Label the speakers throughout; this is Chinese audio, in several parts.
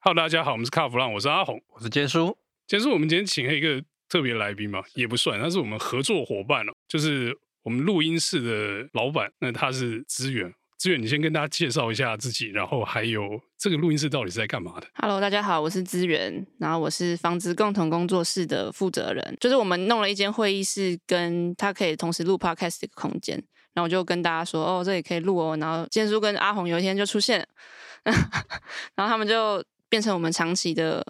Speaker 1: Hello，大家好，我们是卡弗朗，我是阿红。
Speaker 2: 我是杰叔，
Speaker 1: 其实我们今天请了一个特别来宾嘛，也不算，他是我们合作伙伴哦，就是我们录音室的老板，那他是资源。资源，你先跟大家介绍一下自己，然后还有这个录音室到底是在干嘛的？
Speaker 3: Hello，大家好，我是资源，然后我是房子共同工作室的负责人，就是我们弄了一间会议室，跟它可以同时录 podcast 的一个空间，然后我就跟大家说，哦，这里可以录哦，然后建叔跟阿红有一天就出现了， 然后他们就变成我们长期的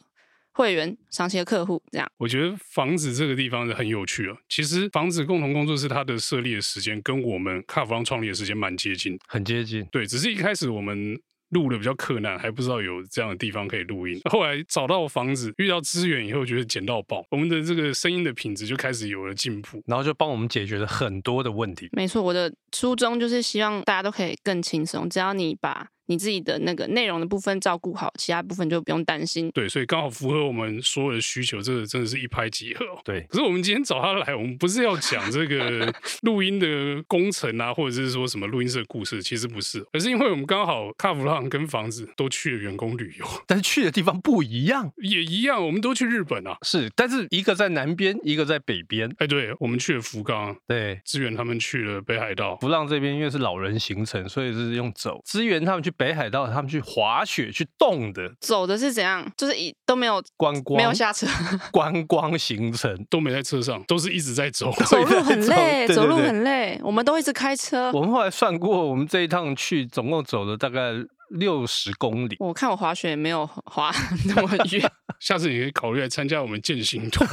Speaker 3: 会员、长期的客户，这样
Speaker 1: 我觉得房子这个地方很有趣啊。其实房子共同工作室它的设立的时间跟我们卡弗朗创立的时间蛮接近的，
Speaker 2: 很接近。
Speaker 1: 对，只是一开始我们录的比较困难，还不知道有这样的地方可以录音。后来找到房子，遇到资源以后，觉得捡到宝，我们的这个声音的品质就开始有了进步。
Speaker 2: 然后就帮我们解决了很多的问题。
Speaker 3: 没错，我的初衷就是希望大家都可以更轻松，只要你把你自己的那个内容的部分照顾好，其他部分就不用担心。
Speaker 1: 对，所以刚好符合我们所有的需求，这个真的是一拍即合哦。
Speaker 2: 对，
Speaker 1: 可是我们今天找他来，我们不是要讲这个录音的工程啊，或者是说什么录音室的故事，其实不是，而是因为我们刚好卡弗浪跟房子都去了员工旅游，
Speaker 2: 但是去的地方不一样，
Speaker 1: 也一样，我们都去日本啊。
Speaker 2: 是，但是一个在南边，一个在北边。
Speaker 1: 哎，对，我们去了福冈，
Speaker 2: 对，
Speaker 1: 志远他们去了北海道，
Speaker 2: 不浪这边因为是老人行程，所以是用走。支援他们去北海道，他们去滑雪、去冻的
Speaker 3: 走的是怎样？就是一都没有
Speaker 2: 观光，
Speaker 3: 没有下车，
Speaker 2: 观光行程。
Speaker 1: 都没在车上，都是一直在走。
Speaker 3: 走路很累，
Speaker 2: 对对对
Speaker 3: 走路很累，我们都一直开车。
Speaker 2: 我们后来算过，我们这一趟去总共走了大概六十公里。
Speaker 3: 我看我滑雪没有滑 那么远，
Speaker 1: 下次你可以考虑来参加我们践行团。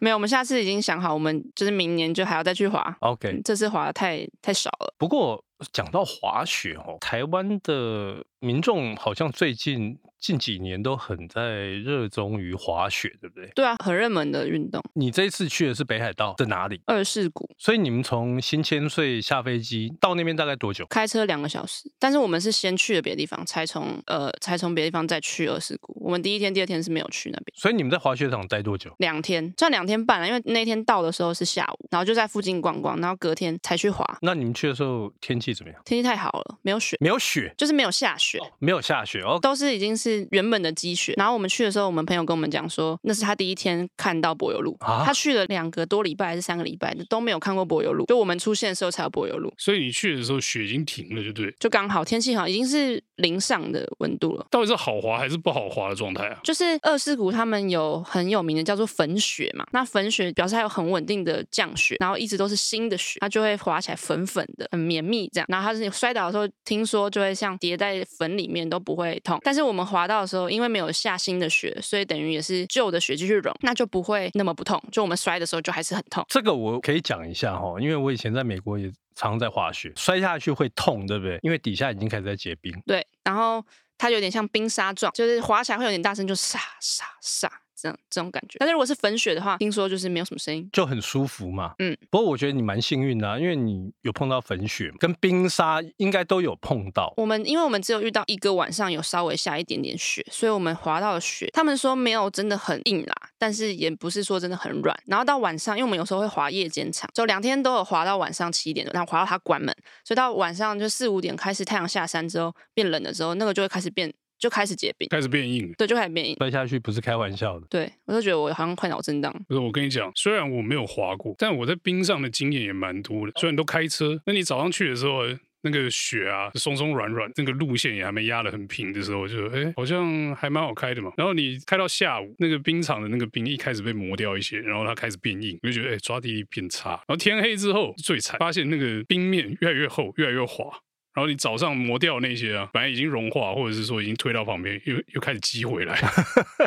Speaker 3: 没有。我们下次已经想好，我们就是明年就还要再去滑。
Speaker 2: OK，
Speaker 3: 嗯这次滑的太太少了。
Speaker 2: 不过讲到滑雪哦，台湾的民众好像最近近几年都很在热衷于滑雪，对不对？
Speaker 3: 对啊，很热门的运动，
Speaker 2: 你这一次去的是北海道的哪里？
Speaker 3: 二世谷
Speaker 2: 所以你们从新千岁下飞机到那边大概多久？
Speaker 3: 开车两个小时，但是我们是先去了别的地方，才从呃才从别的地方再去二世谷。我们第一天、第二天是没有去那边。
Speaker 2: 所以你们在滑雪场待多久？
Speaker 3: 两天，算两天半了，因为那天到的时候是下午，然后就在附近逛逛，然后隔天才去滑。
Speaker 2: 那你们去的时候天气怎么样？
Speaker 3: 天气太好了，没有雪，
Speaker 2: 没有雪，
Speaker 3: 就是没有下雪。
Speaker 2: 没有下雪哦。
Speaker 3: 都是已经是原本的积雪。然后我们去的时候，我们朋友跟我们讲说，那是他第一天看到柏油路。
Speaker 2: 啊
Speaker 3: 他去了两个多礼拜还是三个礼拜，都没有看过柏油路。就我们出现的时候才有柏油路，
Speaker 1: 所以你去的时候雪已经停了，就对。
Speaker 3: 就刚好天气好，已经是零上的温度了。
Speaker 1: 到底是好滑还是不好滑的状态啊？
Speaker 3: 就是二世谷，他们有很有名的叫做粉雪嘛，那粉雪表示它有很稳定的降雪，然后一直都是新的雪，它就会滑起来粉粉的，很绵密这样。然后它是你摔倒的时候，听说就会像跌在粉里面都不会痛。但是我们滑到的时候，因为没有下新的雪，所以等于也是旧的雪继续融，那就不会那么不痛。就我们摔的时候就还是很痛。
Speaker 2: 这个我可以讲一下哈、哦，因为我以前在美国也常在滑雪，摔下去会痛，对不对？因为底下已经开始在结冰。
Speaker 3: 对，然后它有点像冰沙状，就是滑起来会有点大声，就沙沙沙这样这种感觉。但是如果是粉雪的话，听说就是没有什么声音。
Speaker 2: 就很舒服嘛。
Speaker 3: 嗯，
Speaker 2: 不过我觉得你蛮幸运的、啊，因为你有碰到粉雪，跟冰沙应该都有碰到。
Speaker 3: 我们因为我们只有遇到一个晚上有稍微下一点点雪，所以我们滑到了雪。他们说没有真的很硬啦，但是也不是说真的很软。然后到晚上，因为我们有时候会滑夜间场，就两天都有滑到晚上七点，然后滑到它关门，所以到晚上就四五点开始太阳下山之后变冷了之后，那个就会开始变就开始结冰，
Speaker 1: 开始变硬了。
Speaker 3: 对，就开始变硬。
Speaker 2: 摔下去不是开玩笑的，
Speaker 3: 对我就觉得我好像快脑震荡。
Speaker 1: 不是我跟你讲，虽然我没有滑过，但我在冰上的经验也蛮多的。虽然都开车，那你早上去的时候，那个雪啊松松软软，那个路线也还没压得很平的时候，就哎好像还蛮好开的嘛。然后你开到下午，那个冰场的那个冰一开始被磨掉一些，然后它开始变硬，我就觉得哎抓地力变差。然后天黑之后最惨，发现那个冰面越来越厚，越来越滑。然后你早上磨掉那些啊，本来已经融化，或者是说已经推到旁边，又又开始积回来，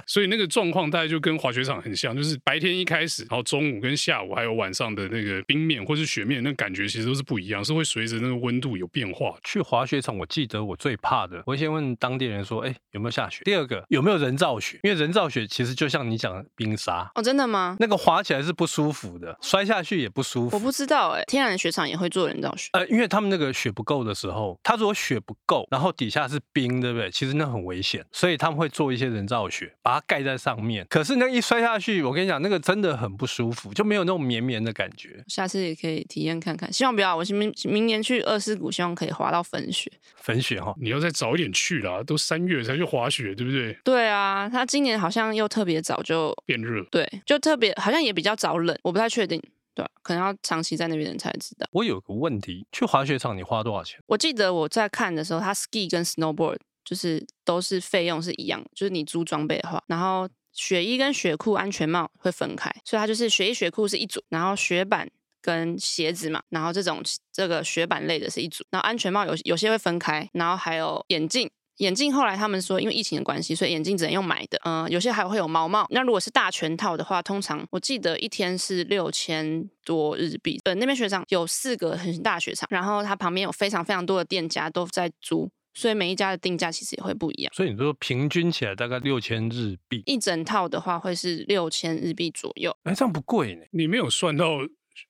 Speaker 1: 所以那个状况大概就跟滑雪场很像，就是白天一开始，然后中午跟下午还有晚上的那个冰面或是雪面，那感觉其实都是不一样，是会随着那个温度有变化的。
Speaker 2: 去滑雪场，我记得我最怕的，我会先问当地人说：“哎，有没有下雪？”第二个，有没有人造雪？因为人造雪其实就像你讲的冰沙，
Speaker 3: 哦，真的吗？
Speaker 2: 那个滑起来是不舒服的，摔下去也不舒服。
Speaker 3: 欸我不知道哎、天然雪场也会做人造雪。
Speaker 2: 呃，因为他们那个雪不够的时候候，它如果雪不够，然后底下是冰，对不对？其实那很危险，所以他们会做一些人造雪，把它盖在上面。可是那一摔下去，我跟你讲，那个真的很不舒服，就没有那种绵绵的感觉。
Speaker 3: 下次也可以体验看看。希望不要，我是明明年去二世谷，希望可以滑到粉雪。
Speaker 2: 粉雪哈，
Speaker 1: 你要再早一点去啦，都三月才去滑雪，对不对？
Speaker 3: 对啊，他今年好像又特别早就
Speaker 1: 变热，
Speaker 3: 对，就特别好像也比较早冷，我不太确定。对啊、可能要长期在那边才知道。
Speaker 2: 我有个问题，去滑雪场你花多少钱？
Speaker 3: 我记得我在看的时候，它 ski 跟 snowboard 就是都是费用是一样的，就是你租装备的话，然后雪衣跟雪裤、安全帽会分开，所以它就是雪衣、雪裤是一组，然后雪板跟鞋子嘛，然后这种这个雪板类的是一组，然后安全帽有有些会分开，然后还有眼镜。眼镜后来他们说，因为疫情的关系，所以眼镜只能用买的。嗯、有些还会有毛毛。那如果是大全套的话，通常我记得一天是六千多日币。呃，那边雪场有四个很大的雪场，然后它旁边有非常非常多的店家都在租，所以每一家的定价其实也会不一样。
Speaker 2: 所以你说平均起来大概六千日币，
Speaker 3: 一整套的话会是六千日币左右，
Speaker 2: 哎，这样不贵呢。
Speaker 1: 你没有算到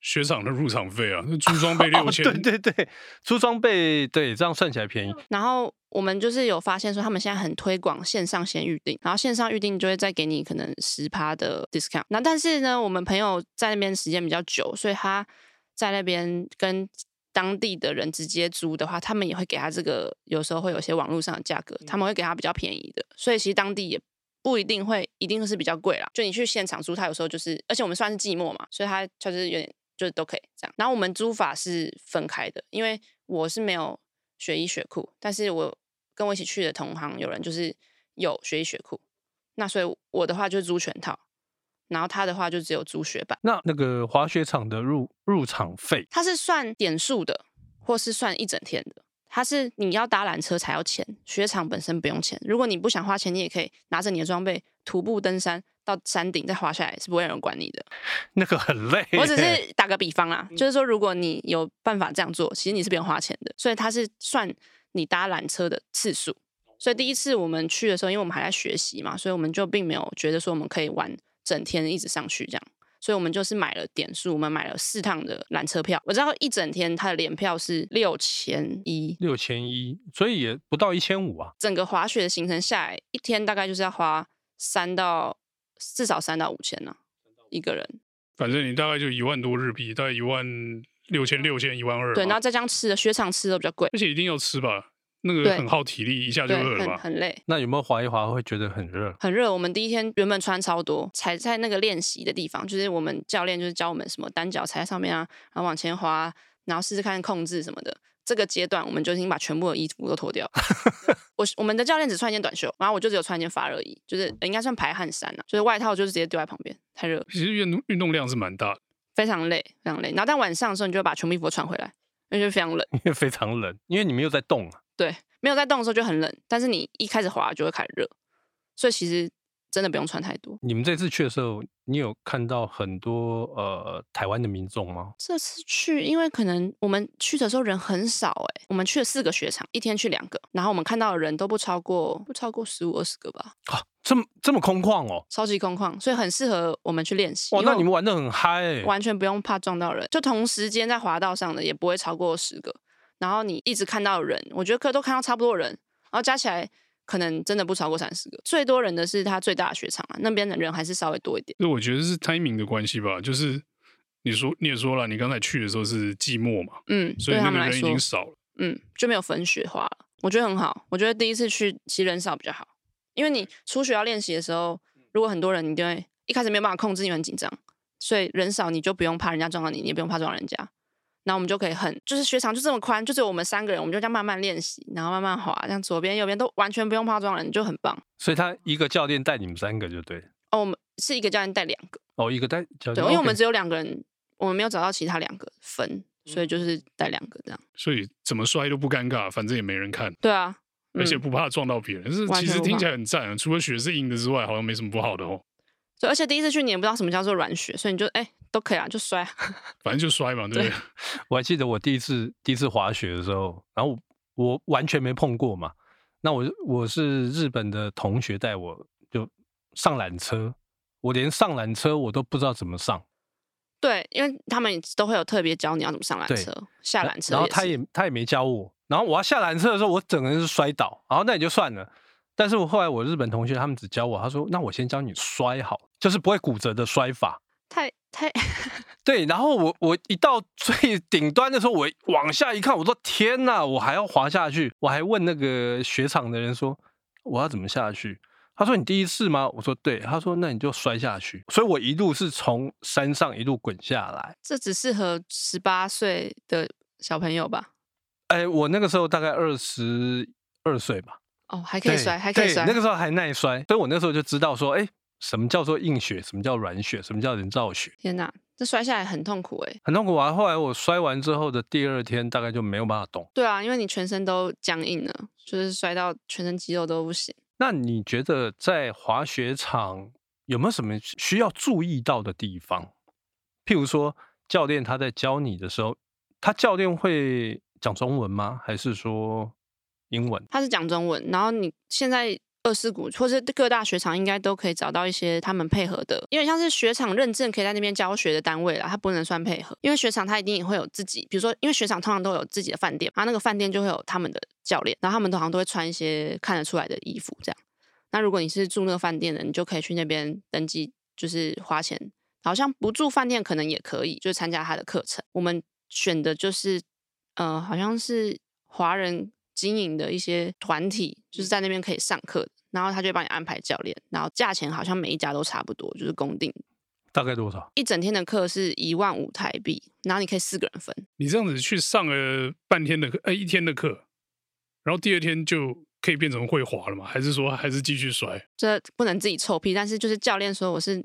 Speaker 1: 雪场的入场费啊，那租装 备六千、
Speaker 2: 哦，对对对，租装备对，这样算起来便宜。
Speaker 3: 然后我们就是有发现说，他们现在很推广线上先预定，然后线上预定就会再给你可能十趴的 discount。那但是呢，我们朋友在那边时间比较久，所以他在那边跟当地的人直接租的话，他们也会给他这个，有时候会有些网络上的价格，他们会给他比较便宜的，所以其实当地也。不一定会，一定是比较贵啦。就你去现场租，他有时候就是，而且我们算是寂寞嘛，所以他就是有点就是都可以这样。然后我们租法是分开的，因为我是没有雪衣雪裤，但是我跟我一起去的同行有人就是有雪衣雪裤，那所以我的话就租全套，然后他的话就只有租雪板，
Speaker 2: 那那个滑雪场的入入场费，
Speaker 3: 他是算点数的，或是算一整天的。它是你要搭缆车才要钱，雪场本身不用钱。如果你不想花钱，你也可以拿着你的装备徒步登山到山顶再滑下来，是不会有人管你的。
Speaker 2: 那个很累。
Speaker 3: 我只是 打个比方啦，就是说，如果你有办法这样做，其实你是不用花钱的，所以它是算你搭缆车的次数。所以第一次我们去的时候，因为我们还在学习嘛，所以我们就并没有觉得说我们可以玩整天一直上去这样，所以我们就是买了点数，我们买了四趟的缆车票。我知道一整天它的联票是六千一，
Speaker 2: 六千一，所以也不到一千五啊。
Speaker 3: 整个滑雪的行程下来，一天大概就是要花三到至少三到五千呢、一个人。
Speaker 1: 反正你大概就一万多日币，大概一万六千、六千、一万二。
Speaker 3: 对，然后再加上吃的，雪场吃的比较贵，
Speaker 1: 而且一定要吃吧，那个
Speaker 3: 对
Speaker 1: 很耗体力，一下就
Speaker 3: 对，
Speaker 1: 饿了
Speaker 3: 很
Speaker 1: 吧？
Speaker 3: 很累，
Speaker 2: 那有没有滑一滑会觉得很热？
Speaker 3: 很热。我们第一天原本穿超多，踩在那个练习的地方，就是我们教练就是教我们什么单脚踩在上面啊，然后往前滑啊，然后试试看控制什么的。这个阶段，我们就已经把全部的衣服都脱掉。 我我们的教练只穿一件短袖，然后我就只有穿一件发热衣，就是应该算排汗衫啊，就是外套就是直接丢在旁边，太热了。
Speaker 1: 其实运动运动量是蛮大的，
Speaker 3: 非常累，非常累。然后但晚上的时候，你就会把全部衣服都穿回来，因为就非常冷。
Speaker 2: 因为非常冷，因为你没有在动啊。
Speaker 3: 对，没有在动的时候就很冷，但是你一开始滑就会开始热，所以其实真的不用穿太多。
Speaker 2: 你们这次去的时候，你有看到很多呃台湾的民众吗？
Speaker 3: 这次去，因为可能我们去的时候人很少哎、我们去了四个雪场，一天去两个，然后我们看到的人都不超过不超过十五二十个吧，
Speaker 2: 啊，这么这么空旷哦。
Speaker 3: 超级空旷，所以很适合我们去练习。
Speaker 2: 哇，
Speaker 3: 因为
Speaker 2: 那你们玩的很嗨、欸。
Speaker 3: 完全不用怕撞到人，就同时间在滑道上的也不会超过十个，然后你一直看到人，我觉得可都看到差不多人，然后加起来可能真的不超过三十个，最多人的是他最大的雪场啊，那边的人还是稍微多一点。
Speaker 1: 所以我觉得是 timing 的关系吧，就是你说你也说了，你刚才去的时候是寂寞嘛，
Speaker 3: 嗯，
Speaker 1: 所以
Speaker 3: 对
Speaker 1: 那
Speaker 3: 他
Speaker 1: 个
Speaker 3: 们来
Speaker 1: 人已
Speaker 3: 说
Speaker 1: 经，少了。
Speaker 3: 嗯，就没有粉雪滑了，我觉得很好。我觉得第一次去其实人少比较好，因为你初学要练习的时候，如果很多人，你就会一开始没有办法控制，你很紧张，所以人少你就不用怕人家撞到你，你也不用怕撞到人家。然后我们就可以很，就是雪场就这么宽，就只有我们三个人，我们就这样慢慢练习，然后慢慢滑，这样左边右边都完全不用怕撞人，就很棒。
Speaker 2: 所以他一个教练带你们三个就对了。
Speaker 3: 哦，我们是一个教练带两个，
Speaker 2: 哦，一个带教练。
Speaker 3: 对，因为我
Speaker 2: OK
Speaker 3: 们只有两个人，我们没有找到其他两个分，所以就是带两个这样。
Speaker 1: 所以怎么摔都不尴尬，反正也没人看，
Speaker 3: 对啊，嗯
Speaker 1: 而且不怕撞到别人。是
Speaker 3: 完
Speaker 1: 其
Speaker 3: 全
Speaker 1: 实
Speaker 3: 不
Speaker 1: 听
Speaker 3: 怕
Speaker 1: 起来很赞啊，除了雪是硬的之外，好像没什么不好的哦。
Speaker 3: 对，而且第一次去你也不知道什么叫做软雪，所以你就哎、都可以啊，就摔啊。
Speaker 1: 反正就摔嘛，对不对？
Speaker 2: 我还记得我第一次第一次滑雪的时候，然后我我完全没碰过嘛。那我我是日本的同学带我就上缆车，我连上缆车我都不知道怎么上。
Speaker 3: 对，因为他们都会有特别教你要怎么上缆
Speaker 2: 对
Speaker 3: 车、下
Speaker 2: 然
Speaker 3: 缆车
Speaker 2: 然后
Speaker 3: 也
Speaker 2: 他
Speaker 3: 是
Speaker 2: 也他也没教我，然后我要下缆车的时候，我整个人是摔倒，然后那也就算了。但是我后来我日本同学他们只教我，他说那我先教你摔好，就是不会骨折的摔法。
Speaker 3: 太太
Speaker 2: 对，然后我我一到最 顶端的时候，我往下一看，我说天哪，我还要滑下去，我还问那个雪场的人说我要怎么下去。他说：“你第一次吗？”我说：“对。”他说：“那你就摔下去。”所以，我一路是从山上一路滚下来。
Speaker 3: 这只适合十八岁的小朋友吧？
Speaker 2: 哎，我那个时候大概二十二岁吧，
Speaker 3: 哦，还可
Speaker 2: 对
Speaker 3: 以摔，还可以
Speaker 2: 对
Speaker 3: 摔。
Speaker 2: 那个时候还耐摔，所以我那时候就知道说，哎，什么叫做硬雪，什么叫软雪，什么叫人造雪，
Speaker 3: 天哪，这摔下来很痛苦哎、
Speaker 2: 很痛苦啊。后来我摔完之后的第二天，大概就没有办法动。
Speaker 3: 对啊，因为你全身都僵硬了，就是摔到全身肌肉都不行。
Speaker 2: 那你觉得在滑雪场有没有什么需要注意到的地方？譬如说，教练他在教你的时候，他教练会讲中文吗？还是说英文？
Speaker 3: 他是讲中文，然后你现在二世谷或是各大雪场应该都可以找到一些他们配合的，因为像是雪场认证可以在那边教学的单位啦，它不能算配合，因为雪场它一定也会有自己，比如说因为雪场通常都有自己的饭店，然后那个饭店就会有他们的教练，然后他们通常都会穿一些看得出来的衣服这样。那如果你是住那个饭店的，你就可以去那边登记，就是花钱。好像不住饭店可能也可以，就是参加他的课程。我们选的就是呃，好像是华人经营的一些团体，就是在那边可以上课的，然后他就会帮你安排教练，然后价钱好像每一家都差不多，就是公定
Speaker 2: 大概多少？
Speaker 3: 一整天的课是一万五台币，然后你可以四个人分，
Speaker 1: 你这样子去上了半天的课，哎，一天的课，然后第二天就可以变成会滑了吗？还是说还是继续摔？
Speaker 3: 这不能自己臭屁，但是就是教练说我是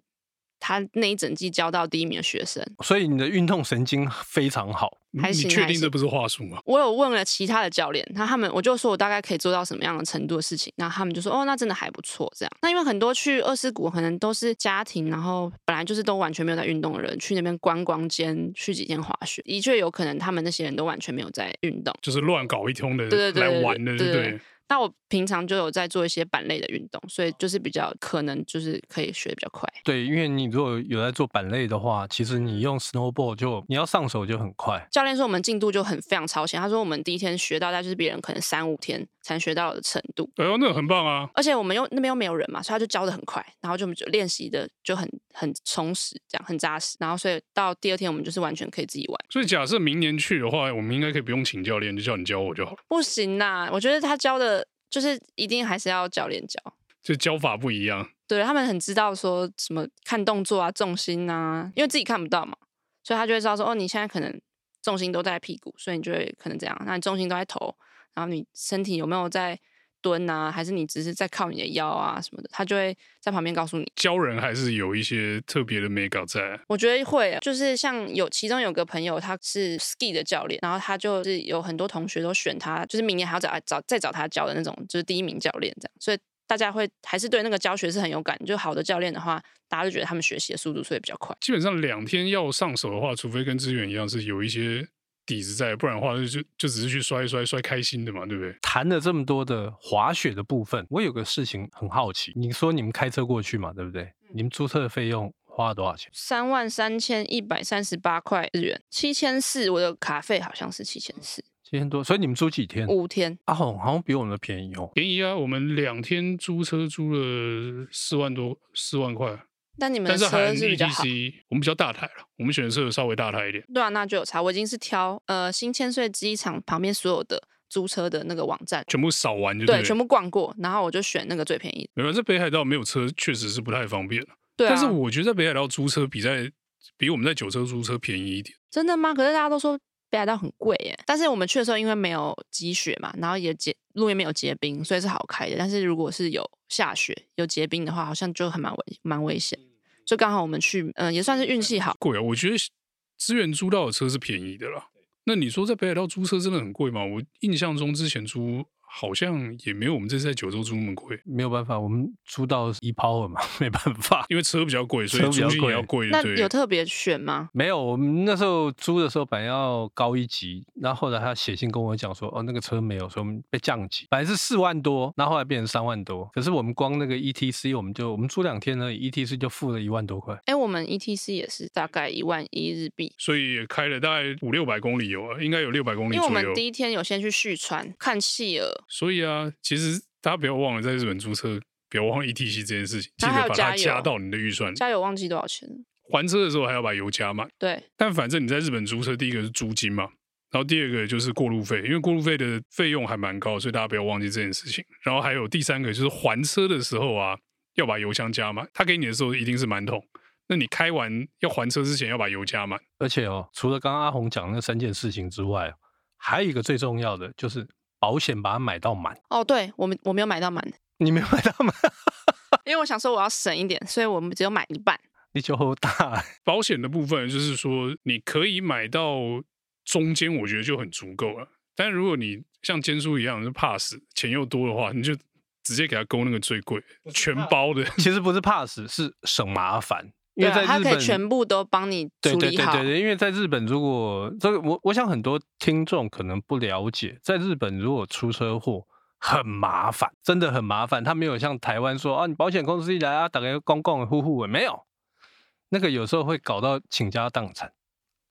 Speaker 3: 他那一整季教到第一名的学生，
Speaker 2: 所以你的运动神经非常好。
Speaker 1: 你
Speaker 3: 还
Speaker 1: 你
Speaker 3: 行
Speaker 1: 确
Speaker 3: 还
Speaker 1: 定这
Speaker 3: 行
Speaker 1: 不是话术吗？
Speaker 3: 我有问了其他的教练，那他们我就说我大概可以做到什么样的程度的事情，然后他们就说哦，那真的还不错这样。那因为很多去二世谷可能都是家庭，然后本来就是都完全没有在运动的人，去那边观光间去几天滑雪，的确有可能他们那些人都完全没有在运动。
Speaker 1: 就是乱搞一通的
Speaker 3: 对对对
Speaker 1: 来
Speaker 3: 对
Speaker 1: 玩的，
Speaker 3: 对
Speaker 1: 不
Speaker 3: 对对那我平常就有在做一些板类的运动，所以就是比较可能就是可以学的比较快。
Speaker 2: 对，因为你如果有在做板类的话，其实你用 snowboard 就你要上手就很快。
Speaker 3: 教练说我们进度就很非常超前，他说我们第一天学到，但就是别人可能三五天才学到的程度。
Speaker 1: 哎呦，那很棒啊！
Speaker 3: 而且我们又那边又没有人嘛，所以他就教的很快，然后就我们就练习的就很很充实，这样很扎实。然后所以到第二天我们就是完全可以自己玩。
Speaker 1: 所以假设明年去的话，我们应该可以不用请教练，就叫你教我就好了。
Speaker 3: 不行啦，我觉得他教的就是一定还是要教练教。
Speaker 1: 就教法不一样，
Speaker 3: 对他们很知道说什么看动作啊、重心啊，因为自己看不到嘛，所以他就会知道说哦，你现在可能重心都在屁股，所以你就会可能这样。那你重心都在头，然后你身体有没有在蹲啊，还是你只是在靠你的腰啊什么的，他就会在旁边告诉你。
Speaker 1: 教人还是有一些特别的美感在。
Speaker 3: 我觉得会，啊就是像有其中有个朋友，他是 ski 的教练，然后他就是有很多同学都选他，就是明年还要找他找再找他教的那种，就是第一名教练这样，所以大家会还是对那个教学是很有感。就好的教练的话，大家就觉得他们学习的速度所以比较快。
Speaker 1: 基本上两天要上手的话，除非跟资源一样是有一些底子在，不然的话就就就只是去摔一摔摔开心的嘛，对不对？
Speaker 2: 谈了这么多的滑雪的部分，我有个事情很好奇，你说你们开车过去嘛，对不对？你们租车的费用花了多少钱？
Speaker 3: 三万三千一百三十八块日元，七千四，我的卡费好像是七千四，
Speaker 2: 七千多，所以你们租几
Speaker 1: 嗯
Speaker 2: 天？
Speaker 3: 五天。
Speaker 2: 阿红好像比我们的便宜哦。
Speaker 1: 便宜啊！我们两天租车租了四万多，四万块，
Speaker 3: 但你们
Speaker 1: 但
Speaker 3: 的
Speaker 1: 是含
Speaker 3: 车是比较好，
Speaker 1: EDC，我们比较大台了，我们选的车稍微大台一点。
Speaker 3: 对啊，那就有差。我已经是挑呃新千岁机场旁边所有的租车的那个网站
Speaker 1: 全部扫完就
Speaker 3: 对，
Speaker 1: 了
Speaker 3: 全部逛过，然后我就选那个最便宜的。
Speaker 1: 没有在北海道没有车，确实是不太方便。
Speaker 3: 对啊，
Speaker 1: 但是我觉得在北海道租车比在比我们在九车租车便宜一点。
Speaker 3: 真的吗？可是大家都说北海道很贵耶，但是我们去的时候因为没有积雪嘛，然后也结路面没有结冰，所以是好开的。但是如果是有下雪、有结冰的话，好像就很蛮危蛮危险。
Speaker 1: 嗯
Speaker 3: 就刚好我们去，嗯、也算是运气好。
Speaker 1: 贵啊！我觉得资源租到的车是便宜的啦。那你说在北海道租车真的很贵吗？我印象中之前租好像也没有我们这次在九州租那么贵，
Speaker 2: 没有办法，我们租到一抛了嘛， 没办法。
Speaker 1: 因为车比较贵，所
Speaker 2: 车
Speaker 1: 以
Speaker 2: 比
Speaker 1: 租
Speaker 2: 较
Speaker 1: 金也
Speaker 2: 贵
Speaker 1: 要贵。
Speaker 3: 那
Speaker 1: 对
Speaker 3: 有特别选吗？
Speaker 2: 没有，我们那时候租的时候本来要高一级，然后后来他写信跟我讲说，哦，那个车没有，所以我们被降级，本来是四万多，然后后来变成三万多。可是我们光那个 E ETC，我们就我们租两天而已，ETC 就付了一万多块。
Speaker 3: 哎、我们 ETC 也是大概一万一日币，
Speaker 1: 所以也开了大概五六百公里有啊，应该有六百公
Speaker 3: 因
Speaker 1: 里
Speaker 3: 为我
Speaker 1: 左
Speaker 3: 们
Speaker 1: 右。
Speaker 3: 第一天有先去旭川看企鹅，
Speaker 1: 所以啊，其实大家不要忘了在日本租车，不要忘了 ETC 这件事情，记
Speaker 3: 然
Speaker 1: 得
Speaker 3: 后还有
Speaker 1: 把它
Speaker 3: 加油
Speaker 1: 加到你的预算。
Speaker 3: 加油忘记多少钱了。
Speaker 1: 还车的时候还要把油加满。
Speaker 3: 对，
Speaker 1: 但反正你在日本租车，第一个是租金嘛，然后第二个就是过路费，因为过路费的费用还蛮高，所以大家不要忘记这件事情。然后还有第三个就是还车的时候啊，要把油箱加满。他给你的时候一定是满桶，那你开完要还车之前要把油加满。
Speaker 2: 而且哦，除了刚刚阿红讲的那三件事情之外，还有一个最重要的就是保险把它买到满。
Speaker 3: 哦，对我们我没有买到满，
Speaker 2: 你没有买到满，
Speaker 3: 因为我想说我要省一点，所以我们只有买一半。
Speaker 2: 你就好大。
Speaker 1: 保险的部分就是说，你可以买到中间，我觉得就很足够了。但如果你像坚叔一样就怕死，钱又多的话，你就直接给他勾那个最贵全包的。
Speaker 2: 其实不是怕死，是省麻烦，因
Speaker 3: 对
Speaker 2: 为在
Speaker 3: 啊，他
Speaker 2: 日
Speaker 3: 可以
Speaker 2: 本
Speaker 3: 全部都帮你
Speaker 2: 对
Speaker 3: 处
Speaker 2: 对
Speaker 3: 理
Speaker 2: 对
Speaker 3: 好。
Speaker 2: 对对，因为在日本，如果这个我我想很多听众可能不了解，在日本如果出车祸很麻烦，真的很麻烦。他没有像台湾说啊，你保险公司一来啊，打个公共呼呼，没有那个有时候会搞到倾家荡产。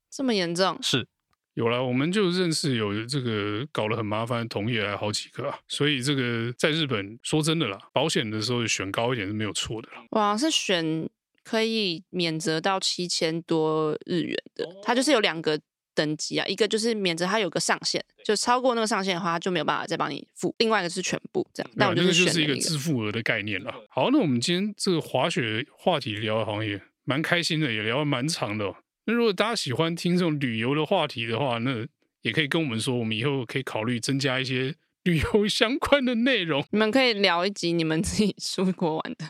Speaker 3: 这么严重？
Speaker 2: 是
Speaker 1: 有啦，我们就认识有这个搞得很麻烦的同业还好几个啊，所以这个在日本说真的啦，保险的时候选高一点是没有错的啦。
Speaker 3: 哇，是选可以免责到七千多日元的，
Speaker 1: 哦
Speaker 3: 它就是有两个等级啊，一个就是免责，它有个上限，就超过那个上限的话，它就没有办法再帮你付；另外一个是全部这样。但我
Speaker 1: 没
Speaker 3: 就
Speaker 1: 啊有那
Speaker 3: 是
Speaker 1: 个就
Speaker 3: 选
Speaker 1: 是一
Speaker 3: 了
Speaker 1: 个
Speaker 3: 一
Speaker 1: 自付额的概念啦。好，那我们今天这个滑雪话题聊的好像也蛮开心的，也聊得蛮长的、哦。那如果大家喜欢听这种旅游的话题的话，那也可以跟我们说，我们以后可以考虑增加一些 旅游相关的内容。
Speaker 3: 你们可以聊一集你们自己出国玩的，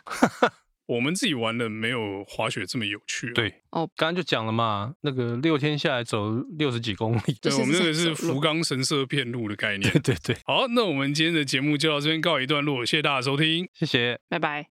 Speaker 1: 我们自己玩的没有滑雪这么有趣、啊，
Speaker 2: 对
Speaker 3: 哦，
Speaker 2: 刚刚就讲了嘛，那个六天下来走六十几公里。
Speaker 3: 就
Speaker 1: 对，
Speaker 3: 是
Speaker 1: 我们那个是
Speaker 3: 走路
Speaker 1: 福冈神社片路的概念
Speaker 2: 对。对对，
Speaker 1: 好，那我们今天的节目就到这边告一段落，谢谢大家收听。
Speaker 2: 谢谢。
Speaker 3: 拜拜。